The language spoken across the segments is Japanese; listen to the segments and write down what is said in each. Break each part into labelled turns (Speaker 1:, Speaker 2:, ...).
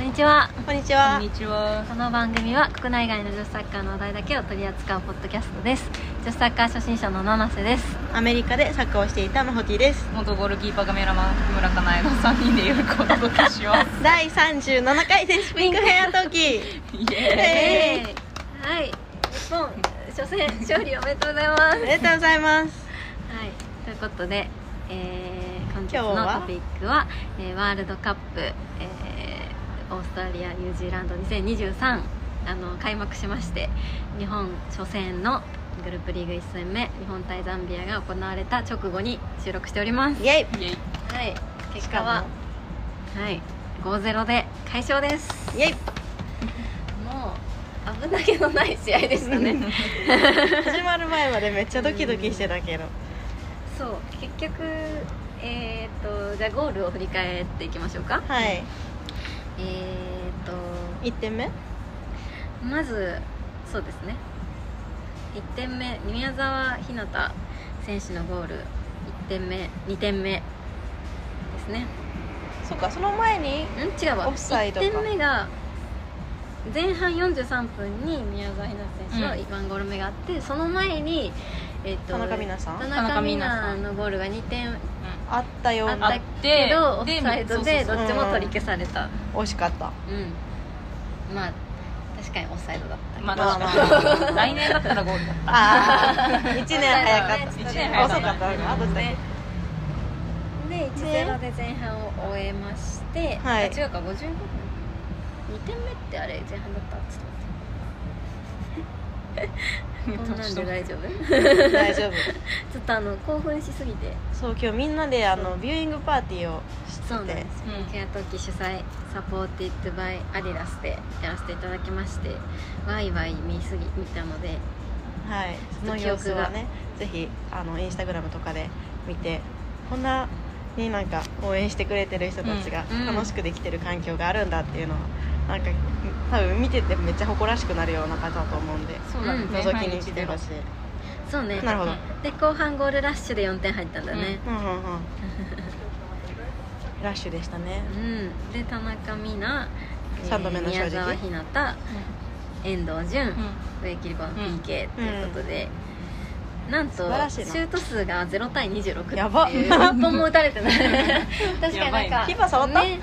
Speaker 1: にちは
Speaker 2: こんにち
Speaker 3: こ
Speaker 2: は
Speaker 3: んにちは。
Speaker 1: この番組は国内外の女子サッカーの話題だけを取り扱うポッドキャストです女子サッカー初心者の七瀬です
Speaker 2: アメリカでサッカーをしていたマホティです
Speaker 3: 元ゴールキーパーカメラマン村かなえの三人でよくお届けします。
Speaker 2: 第37回ですピンクヘアトーキー
Speaker 3: イエ
Speaker 2: えい
Speaker 1: はい日本初戦勝利おめでとうございます
Speaker 2: ありがとうございます
Speaker 1: はい、ということで、えー、本日
Speaker 2: 今日
Speaker 1: の
Speaker 2: は
Speaker 1: トピックはえーワールドカップ、えーオーストラリアニュージーランド2023あの開幕しまして日本初戦のグループリーグ1戦目日本対ザンビアが行われた直後に収録しております
Speaker 2: イエイ
Speaker 3: イ。イエイ。
Speaker 1: はい、結果は、はい、5-0で快勝です
Speaker 2: イエイ
Speaker 1: もう危なげのない試合でしたね
Speaker 2: 始まる前までめっちゃドキドキしてたけど
Speaker 1: そう結局えー、とじゃあゴールを振り返っていきましょうか
Speaker 2: はい
Speaker 1: えー、と
Speaker 2: 1点目
Speaker 1: まずそうですね1点目宮澤ひなた選手のゴール1点目2点目ですね
Speaker 2: そうかその前
Speaker 1: ん
Speaker 2: に
Speaker 1: 違うわ
Speaker 2: オフサイドか
Speaker 1: 1点目が前半43分に宮澤ひなた選手の1ゴール目があって、その前に、えー、と
Speaker 2: 田中美奈さん
Speaker 1: 田中美奈のゴールが2点
Speaker 2: あったよ
Speaker 1: あ
Speaker 2: う
Speaker 1: っ
Speaker 2: な
Speaker 1: たけど
Speaker 3: あ
Speaker 1: オ
Speaker 3: っ
Speaker 1: フ
Speaker 3: て
Speaker 1: サイドで
Speaker 3: でそ
Speaker 1: ど
Speaker 3: うそうそう
Speaker 1: っちも取り消された
Speaker 2: 惜しかった
Speaker 1: うんまあ確かにオフサイドだったけど
Speaker 3: まあ
Speaker 2: まあ
Speaker 3: 確
Speaker 2: まあ
Speaker 3: かに来年だったらゴールだっ
Speaker 2: ああ1年早かった
Speaker 1: 一
Speaker 3: 年
Speaker 2: 年
Speaker 3: 早かった
Speaker 2: 遅かったあとだけ
Speaker 1: で1-0で前半を終えまして、
Speaker 2: はい
Speaker 1: あ違うか55分2点目ってあれ前半だったちょっと待ってこ
Speaker 3: た。
Speaker 1: んなんで大丈 夫
Speaker 2: 大丈夫
Speaker 1: ちょっとあの興奮しすぎて
Speaker 2: そう今日みんなであのビューイングパーティーを
Speaker 1: そうなん
Speaker 2: て
Speaker 1: ですケアトキ主催サポーティッドバイアディダスでやらせていただきましてワイワイ見すぎ見たので
Speaker 2: はい、その様子をねぜひあのインスタグラムとかで見てこんなになんか応援してくれてる人たちが
Speaker 1: うんうん
Speaker 2: 楽しくできてる環境があるんだっていうのはなんか多分見ててめっちゃ誇らしくなるような方だと思うんで
Speaker 3: そうだね。前
Speaker 2: 覗
Speaker 3: 半
Speaker 2: きに来てほ
Speaker 3: 1-0
Speaker 2: しい
Speaker 1: そうね
Speaker 2: なるほど、
Speaker 1: で後半ゴールラッシュで4点入ったんだね、
Speaker 2: うんうんうん、ラッシュでしたね
Speaker 1: うんで田中美奈
Speaker 2: 三度目の正直
Speaker 1: 宮沢ひなた遠藤純、植木リボン PK ということで、なんとシ
Speaker 2: 素晴らしいな
Speaker 1: ュート数が0対26っていう
Speaker 2: やば
Speaker 1: 一本も打たれてない 確か
Speaker 3: や
Speaker 1: に
Speaker 3: ば
Speaker 1: なん
Speaker 3: いな
Speaker 1: か
Speaker 2: 暇触った
Speaker 1: ね
Speaker 3: うん。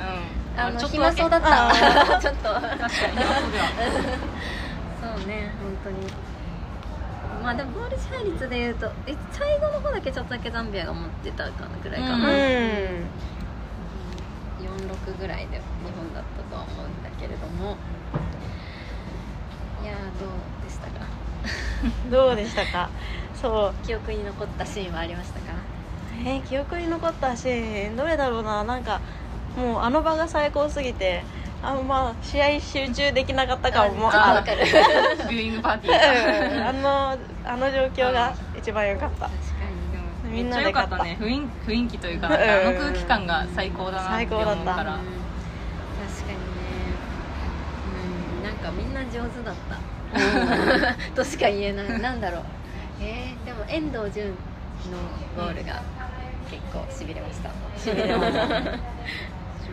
Speaker 1: あ
Speaker 3: ま
Speaker 1: の
Speaker 3: ちょっと
Speaker 1: 暇
Speaker 3: け
Speaker 1: そうだった
Speaker 2: あ
Speaker 1: ちょっと
Speaker 3: 確かにな。そうだよ
Speaker 1: そうね本当にまあでもボール支配率でいうとえ最後の方だけちょっとだけザンビアが持ってたかなぐらいか
Speaker 2: うん
Speaker 1: な、46ぐらいで日本だったとは思うんだけれどもいやーどうでしたか
Speaker 2: どうでしたかそう
Speaker 1: 記憶に残ったシーンはありましたか
Speaker 2: えー記憶に残ったシーンどれだろうななんかもうあの場が最高すぎてあまあ試合集中できなかったかももう
Speaker 1: あ
Speaker 2: あ
Speaker 1: わかる 確
Speaker 3: ビューイングパーティーだ。
Speaker 2: うんあのあの状況が一番良かった
Speaker 1: かに
Speaker 3: でも
Speaker 2: み
Speaker 3: め
Speaker 2: ん
Speaker 3: っ
Speaker 2: な
Speaker 3: ちゃ
Speaker 2: で
Speaker 3: 良か
Speaker 2: 買
Speaker 3: った
Speaker 2: った
Speaker 3: ね。雰囲気雰囲気というかなんかあの空気感が最高だなって思う
Speaker 2: 最高だ
Speaker 3: か
Speaker 2: っ
Speaker 1: う
Speaker 2: た
Speaker 3: ら
Speaker 1: ん。確かにねうんなんかみんな上手だった としか言えないなんだろうえー、でも遠藤純のゴールが結構しびれました
Speaker 3: 自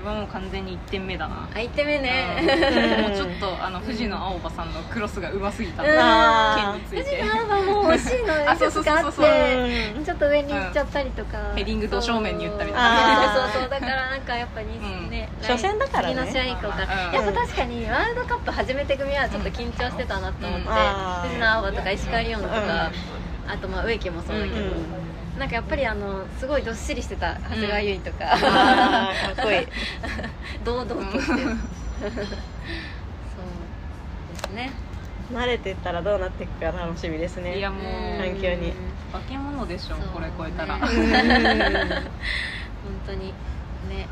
Speaker 3: 分はもう完全に1点目だな。
Speaker 1: 相手目ね
Speaker 3: うんもうちょっとあの藤野青葉さんのクロスがうます ぎた
Speaker 1: うん
Speaker 2: あ
Speaker 3: 剣につい
Speaker 1: 藤
Speaker 3: て
Speaker 1: 野アーもう惜しいの
Speaker 3: あそうそうそうそう
Speaker 1: があっ
Speaker 2: ー
Speaker 1: て
Speaker 2: うん
Speaker 1: ちょっと上に行っちゃったりとか、
Speaker 3: んヘディングと正面に打ったりと
Speaker 2: か
Speaker 1: そうそうそうだからなんかやっぱに、
Speaker 3: うん
Speaker 1: ね
Speaker 2: 初戦だからね
Speaker 1: 次の試合以降から、
Speaker 3: うん
Speaker 1: やっぱ確かにワールドカップ初めて組はちょっと緊張してたなと思って、
Speaker 3: うん
Speaker 2: あー
Speaker 1: 藤野あばとか石川遼とか、あとまあ植木もそうだけど、
Speaker 2: うん
Speaker 1: なんかやっぱりあのすごいどっしりしてた長谷川唯とか、
Speaker 2: あーかっこいい
Speaker 1: 堂々としてる そうですね
Speaker 2: 慣れてったらどうなっていくか楽しみですね
Speaker 3: いやもう
Speaker 2: 環境に
Speaker 3: 化け物でしょ
Speaker 1: そう
Speaker 3: これ超えたら、
Speaker 1: ね
Speaker 2: うん
Speaker 1: 本当にね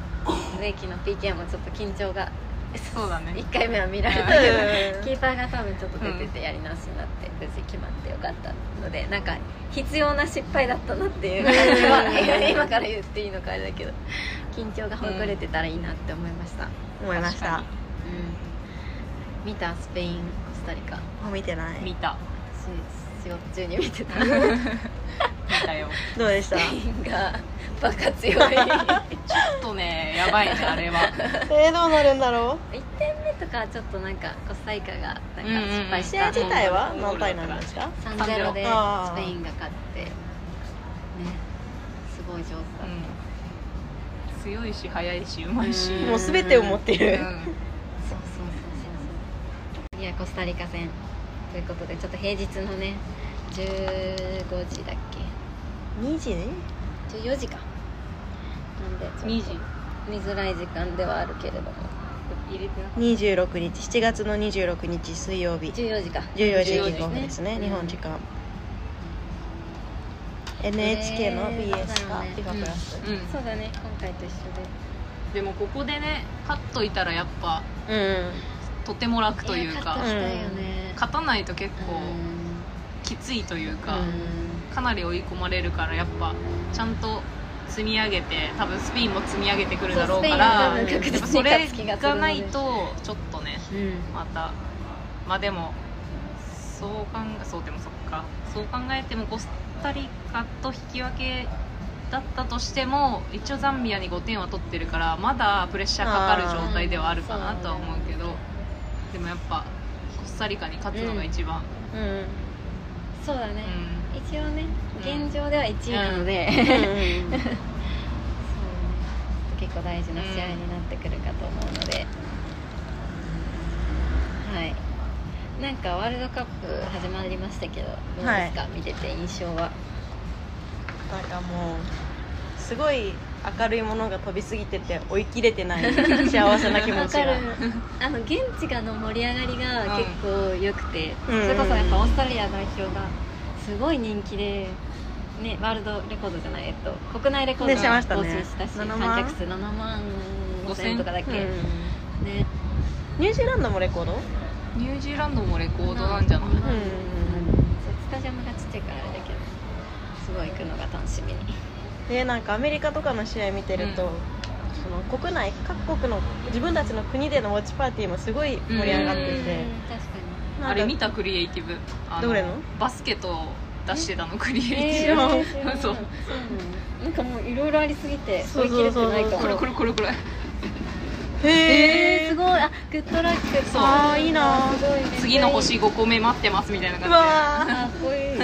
Speaker 1: 植木の PK もちょっと緊張が
Speaker 3: そうだね
Speaker 1: 1回目は見られたけど
Speaker 2: うん
Speaker 1: キーパーが多分ちょっと出ててやり直しになって無事決まってよかったのでなんか必要な失敗だったなっていう感じは 今から言っていいのかあれだけど緊張がほぐれてたらいいなって思いました、うん、
Speaker 2: 思いました
Speaker 3: 確か
Speaker 1: 見たスペインコスタリカ
Speaker 2: もう見てない
Speaker 3: に見た
Speaker 1: 私仕事中に見てた
Speaker 3: 見たよ
Speaker 2: どうで した
Speaker 1: スペインがバカ強い1
Speaker 3: ちょっ とねやばいねあれは
Speaker 2: えー、どうなるんだろ
Speaker 1: 点目とかはちょっとなんかコスタリカがなんか
Speaker 3: うんうん
Speaker 1: 失敗
Speaker 2: う
Speaker 1: し
Speaker 2: 試合
Speaker 1: た
Speaker 2: 自体は
Speaker 3: うん
Speaker 2: 何対なんですか
Speaker 1: 3 0で
Speaker 2: あー
Speaker 1: スペインが勝ってねすごい上手だった、
Speaker 3: うん強いし速いしうまいし
Speaker 1: うん
Speaker 2: もう全てを持っている、
Speaker 1: そうそうそうそうそういやコスタリカ戦ということでちょっと平日のね15時だっ
Speaker 2: 2時ね
Speaker 1: け14時かなんで
Speaker 3: 2
Speaker 1: ち
Speaker 3: 時
Speaker 1: ょっと見づらい時間ではあるけれども
Speaker 3: 入れてなかっ
Speaker 2: 26日7月の26日水曜日
Speaker 1: 14時か
Speaker 2: 14時キ
Speaker 3: 時
Speaker 2: ックオフですね、日本時間 NHK の
Speaker 1: えー
Speaker 2: BS か
Speaker 1: そうだよね
Speaker 2: t プラス
Speaker 3: た、うん、
Speaker 1: そうだね今回と一緒で
Speaker 3: でもここでね勝っといたらやっぱ
Speaker 2: うん
Speaker 3: とても楽というか
Speaker 1: や勝ってきたよね
Speaker 3: 勝たないと結構きついというか、かなり追い込まれるからやっぱちゃんと積み上げて多分スペインも積み上げてくるだろうから
Speaker 2: そうスペインは多分確
Speaker 3: やっぱ
Speaker 1: 実
Speaker 3: そ
Speaker 1: に
Speaker 3: れ
Speaker 1: 勝つ気がするので
Speaker 3: がないとちょっとね
Speaker 1: うん、うん
Speaker 3: またまあでもそう考えそうでもそっかそう考えてもコスタリカと引き分けだったとしても一応ザンビアに5点は取ってるからまだプレッシャーかかる状態ではあるかなとは思うけどでもやっぱコスタリカに勝つのが一番、
Speaker 2: うん
Speaker 1: そうだね
Speaker 3: う、ん
Speaker 1: 一応ね
Speaker 3: うん
Speaker 1: 現状では1位なので、
Speaker 2: う
Speaker 1: そうね
Speaker 2: ん
Speaker 1: 結構大事な試合になってくるかと思うので、はいなんかワールドカップ始まりましたけどどうですか、見てて印象は
Speaker 2: なんかもうすごい明るいものが飛びすぎてて追い切れてない幸せな気持ちが
Speaker 1: わかるあの現地がの盛り上がりが結構良くて、
Speaker 2: うん
Speaker 1: それこそやっぱオーストラリア代表がすごい人気で、ね、ワールドレコードじゃない、えっと、国内レコード
Speaker 2: ねしま
Speaker 1: が
Speaker 2: した
Speaker 1: 更
Speaker 2: ね
Speaker 1: 新したし
Speaker 2: 7万
Speaker 1: 観客数7万5千とかだっけ、ね
Speaker 2: ニュージーランドもレコードうん
Speaker 3: ニュージーランドもレコードなんじゃない、
Speaker 1: うんそうスタジアムがちっちゃいからあれだけどすごい行くのが楽しみに
Speaker 2: でなんかアメリカとかの試合見てると、
Speaker 3: うん
Speaker 2: その国内各国の自分たちの国でのウォッチパーティーもすごい盛り上がってて
Speaker 1: うん確かに
Speaker 2: なんか
Speaker 3: あれ見たクリエイティブあ
Speaker 2: どれの
Speaker 3: バスケットを出してたのクリエイ
Speaker 1: え
Speaker 3: テ
Speaker 1: ー
Speaker 3: ィブ、
Speaker 2: らん
Speaker 1: 知らん
Speaker 3: そう
Speaker 1: なのなんかもういろいろありすぎて
Speaker 2: そ
Speaker 1: 追
Speaker 2: う
Speaker 1: い
Speaker 2: そう
Speaker 1: 切れてないか
Speaker 2: そ
Speaker 1: も
Speaker 2: う
Speaker 3: これこれこれこれ
Speaker 2: へ
Speaker 1: えー、
Speaker 2: え
Speaker 1: すごいあグッドラック
Speaker 3: そう
Speaker 2: あーいいな
Speaker 1: すごいね
Speaker 3: 次の星5個目待ってますみたいな
Speaker 2: う
Speaker 3: 感
Speaker 2: わ
Speaker 1: かっこいい
Speaker 2: ー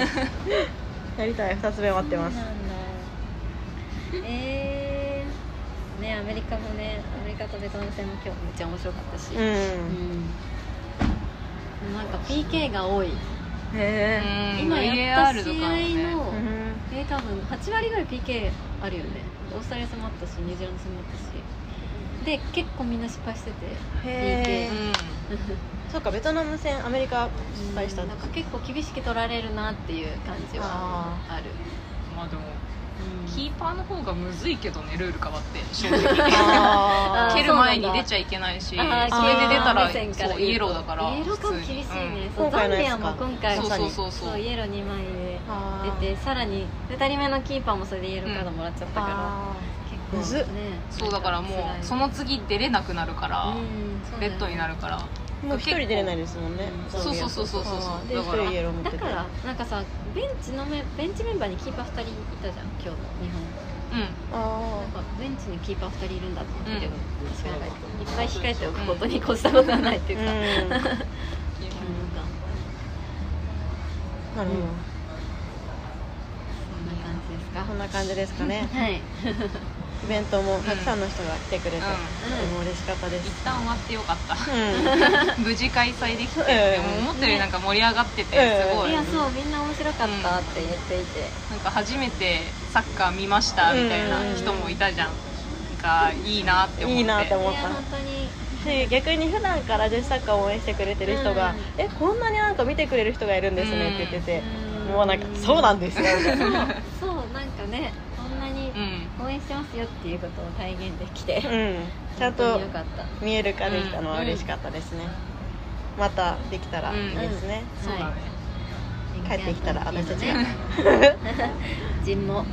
Speaker 2: やりたい2つ目待ってます
Speaker 1: そうなんだえー、ねアメリカもねアメリカとベトナム戦も今日めっちゃ面白かったし、
Speaker 2: うん
Speaker 1: うんなんか PK が多い、
Speaker 2: へ
Speaker 3: じで、うん、
Speaker 1: 今やった試
Speaker 3: VAR
Speaker 1: 合
Speaker 3: とかもね
Speaker 1: の、
Speaker 2: ーうん
Speaker 1: えー多分8割ぐらい PK あるよねオーストラリア戦もあったしニュージーランド戦もあったしで結構みんな失敗してて
Speaker 2: へ
Speaker 1: う
Speaker 2: え
Speaker 3: う
Speaker 2: そうかベトナム戦アメリカ失敗した
Speaker 1: うんなんか結構厳しく取られるなっていう感じは
Speaker 2: あ
Speaker 1: ある、
Speaker 3: んまあでも
Speaker 1: うん
Speaker 3: キーパーの方がむずいけどねルール変わって正直
Speaker 2: ー あー
Speaker 3: 蹴る前に出ちゃいけないしそれで出
Speaker 1: あー
Speaker 3: たら
Speaker 1: キーパー目線から言うと
Speaker 3: そうイエローだから
Speaker 1: イエローカード厳しいね、そう
Speaker 2: 今
Speaker 1: ザ
Speaker 2: 回
Speaker 1: ン
Speaker 2: の
Speaker 1: ビ
Speaker 2: や
Speaker 1: ア
Speaker 2: つ
Speaker 1: も
Speaker 2: か
Speaker 1: 今回
Speaker 3: そう
Speaker 2: まさ
Speaker 3: そう
Speaker 2: に
Speaker 3: そうそう
Speaker 1: そうイエロー2枚で
Speaker 2: あー
Speaker 1: 出てさらに2人目のキーパーもそれでイエローカードもらっちゃったか
Speaker 2: あ
Speaker 1: ら
Speaker 2: む
Speaker 1: 結
Speaker 2: ずっ
Speaker 1: 構ね
Speaker 3: そうだからもうそ
Speaker 1: の
Speaker 3: の次出れなくなるから、レッドにな
Speaker 1: る
Speaker 3: るから
Speaker 2: ーもう一人出れないですもんね
Speaker 3: そうそうそうそうそう
Speaker 2: あーで
Speaker 3: だ
Speaker 2: 一
Speaker 3: から
Speaker 2: 人イエロー持っ
Speaker 1: だ
Speaker 2: てて
Speaker 1: からなんかさベンチのメベンチメンバーにキーパー2人いたじゃん今日の日本
Speaker 2: あ
Speaker 3: う
Speaker 1: なんかベンチにキーパー2人いるんだと思ったけど、
Speaker 3: う
Speaker 1: 確かになんかいっぱい控えておくことに越したことはないって
Speaker 2: ー
Speaker 1: いううか、うん、なん
Speaker 2: んなる
Speaker 1: か
Speaker 2: ほど
Speaker 1: そんな感じですか
Speaker 2: こんな感じですかね
Speaker 1: はい
Speaker 2: イベントもたくさんの人が来てくれて、
Speaker 3: ん、うん、
Speaker 2: とても嬉しかったで
Speaker 3: 一
Speaker 2: す、
Speaker 3: 旦終わってよかった
Speaker 2: うん、
Speaker 3: 無事開催できて、
Speaker 2: うん
Speaker 3: でも思ったよりなんか盛り上がってて、
Speaker 2: うん
Speaker 3: すごい、
Speaker 1: いや
Speaker 3: なん
Speaker 1: そうみんな面白かったって言っていて、
Speaker 3: か初めてサッカー見ましたみたいな人もいたじゃん、なんかいいなって思って
Speaker 2: いいなって思っ
Speaker 1: いや
Speaker 2: た
Speaker 1: 本当に
Speaker 2: で逆に普段から女子サッカーを応援してくれてる人が
Speaker 1: うん
Speaker 2: 「えこんなになんか見てくれる人がいるんですね」って言ってて、
Speaker 1: うん
Speaker 2: もうなんか「そうなんですよ」みたいな
Speaker 1: そうなんかねこんなに
Speaker 3: うん
Speaker 1: 応援してますよっていうことを体現できて、
Speaker 2: うんちゃんと
Speaker 1: よかった
Speaker 2: 見える化できたのは嬉しかったですね、またできたらいいですね、
Speaker 3: そうだね、
Speaker 2: 帰ってきたら私たちが
Speaker 1: 人も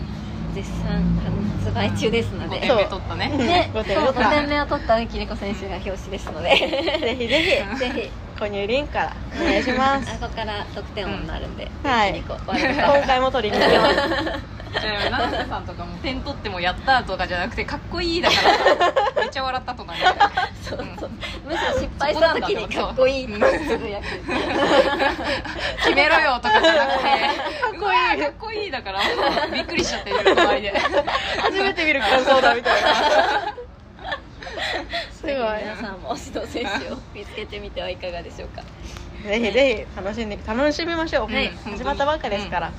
Speaker 1: 絶賛発売中ですの
Speaker 3: 5
Speaker 1: で
Speaker 3: 点目取ったね
Speaker 1: ね、
Speaker 2: 5点
Speaker 1: そう
Speaker 2: 取った
Speaker 1: 5点目を取ったウキリコ選手が表紙ですので
Speaker 2: ぜひぜ
Speaker 1: ぜひ
Speaker 2: 購入リンクからお願いしま
Speaker 1: あ
Speaker 2: す
Speaker 1: ここから得点王になるんで、
Speaker 2: はい
Speaker 1: 一気にこう
Speaker 2: 今回も取りに行きます
Speaker 3: じゃあナナさんとかも点取ってもやったーとかじゃなくてかっこいいだからさめっちゃ笑ったとなる
Speaker 1: そう
Speaker 3: うん
Speaker 1: そうむしろ失敗した時にかっこいいってつぶやく
Speaker 3: 決めろよとかじゃ なくてうわーかっこいいだからびっくりしちゃってる場合で
Speaker 2: 初めて見る感想だみたいなすご
Speaker 1: ぜ
Speaker 2: い
Speaker 1: ひ皆さんも推しの選手を見つけてみてはいかがでしょうか
Speaker 2: ぜひぜひ楽しんで楽しみましょう、
Speaker 3: はい
Speaker 2: 始まったばっかですから、
Speaker 1: う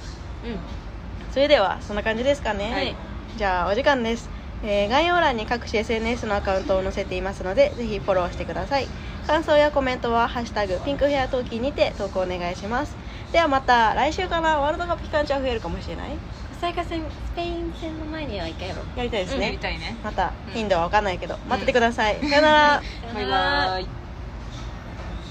Speaker 2: それではそんな感じですかね、
Speaker 1: はい
Speaker 2: じゃあお時間です、えー概要欄に各種 SNS のアカウントを載せていますのでぜひフォローしてください感想やコメントは「ハッシュタグピンクヘアトーキー」にて投稿お願いしますではまた来週からワールドカップ期間中は増えるかもしれない
Speaker 1: コスタリカ戦スペイン戦の前には一回やろう
Speaker 2: やりたいです
Speaker 3: やり
Speaker 2: ね、
Speaker 3: たいね
Speaker 2: また
Speaker 3: うん
Speaker 2: 頻度は分かんないけど待っててください、さよなら
Speaker 1: さよ
Speaker 3: バイ
Speaker 1: なら
Speaker 3: バイ